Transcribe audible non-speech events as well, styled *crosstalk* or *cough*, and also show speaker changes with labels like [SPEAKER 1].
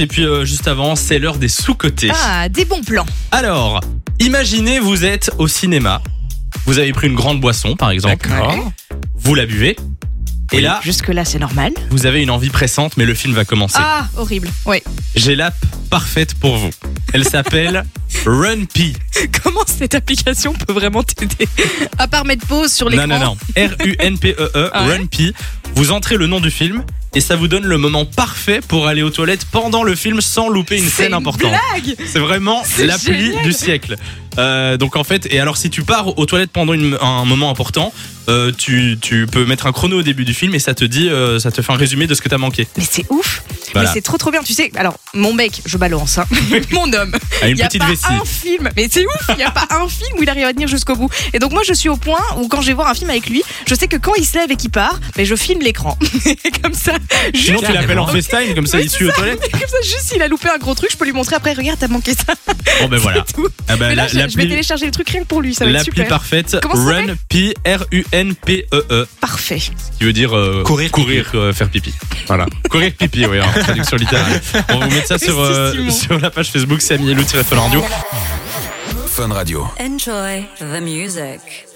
[SPEAKER 1] Et puis euh, juste avant, c'est l'heure des sous-cotés.
[SPEAKER 2] Ah, des bons plans.
[SPEAKER 1] Alors, imaginez vous êtes au cinéma, vous avez pris une grande boisson par exemple, Ah.
[SPEAKER 2] D'accord.
[SPEAKER 1] vous la buvez, hein. et là
[SPEAKER 2] Jusque-là, c'est normal.
[SPEAKER 1] vous avez une envie pressante mais le film va commencer.
[SPEAKER 2] Ah, horrible. Oui.
[SPEAKER 1] J'ai l'app parfaite pour vous. Elle
[SPEAKER 2] *laughs*
[SPEAKER 1] s'appelle RunP.
[SPEAKER 2] *laughs* Comment cette application peut vraiment t'aider *laughs* À part mettre pause sur l'écran.
[SPEAKER 1] Non, non, non. R-U-N-P-E-E,
[SPEAKER 2] *laughs* Ah ouais
[SPEAKER 1] RunP. E, Vous entrez le nom du film et ça vous donne le moment parfait pour aller aux toilettes pendant le film sans louper une
[SPEAKER 2] C'est
[SPEAKER 1] scène
[SPEAKER 2] une
[SPEAKER 1] importante.
[SPEAKER 2] blague
[SPEAKER 1] C'est vraiment
[SPEAKER 2] C'est
[SPEAKER 1] l'appli
[SPEAKER 2] génial.
[SPEAKER 1] du siècle. Euh, donc en fait, et alors si tu pars aux toilettes pendant une- un moment important, euh, tu, tu peux mettre un chrono au début du film et ça te dit, euh, ça te fait un résumé de ce que t'as manqué.
[SPEAKER 2] Mais c'est ouf.
[SPEAKER 1] Voilà.
[SPEAKER 2] Mais c'est trop trop bien. Tu sais, alors, mon mec, je balance.
[SPEAKER 1] *laughs*
[SPEAKER 2] hein. mon homme.
[SPEAKER 1] À une
[SPEAKER 2] Il n'y a
[SPEAKER 1] petite
[SPEAKER 2] pas
[SPEAKER 1] vessie.
[SPEAKER 2] un film. Mais c'est ouf. Il n'y a pas un film où il arrive à tenir jusqu'au bout. Et donc, moi, je suis au point où quand je vais voir un film avec lui, je sais que quand il se lève et qu'il part, mais je filme l'écran. *laughs* Comme ça,
[SPEAKER 1] Sinon tu l'appelles en
[SPEAKER 2] Ok.
[SPEAKER 1] FaceTime comme ça
[SPEAKER 2] Oui,
[SPEAKER 1] il
[SPEAKER 2] c'est
[SPEAKER 1] suit aux
[SPEAKER 2] ça.
[SPEAKER 1] toilettes.
[SPEAKER 2] *laughs* Comme ça, juste s'il a loupé un gros truc, je peux lui montrer après. Regarde, t'as manqué ça.
[SPEAKER 1] Bon ben
[SPEAKER 2] *laughs*
[SPEAKER 1] voilà.
[SPEAKER 2] C'est tout.
[SPEAKER 1] Ah ben,
[SPEAKER 2] Mais là,
[SPEAKER 1] la-
[SPEAKER 2] je, je vais
[SPEAKER 1] l'appli
[SPEAKER 2] télécharger le truc rien que pour lui, ça va être
[SPEAKER 1] l'appli
[SPEAKER 2] super.
[SPEAKER 1] parfaite,
[SPEAKER 2] Comment ça
[SPEAKER 1] Run P R U N P E E,
[SPEAKER 2] Parfait.
[SPEAKER 1] qui veut dire euh,
[SPEAKER 3] Courir,
[SPEAKER 1] euh, faire pipi. Voilà. courir pipi, oui, en traduction littérale. On vous met ça sur, euh,
[SPEAKER 2] Précisément.
[SPEAKER 1] sur la page Facebook Samy et Lou Radio.
[SPEAKER 3] Fun Radio.
[SPEAKER 4] Enjoy the music.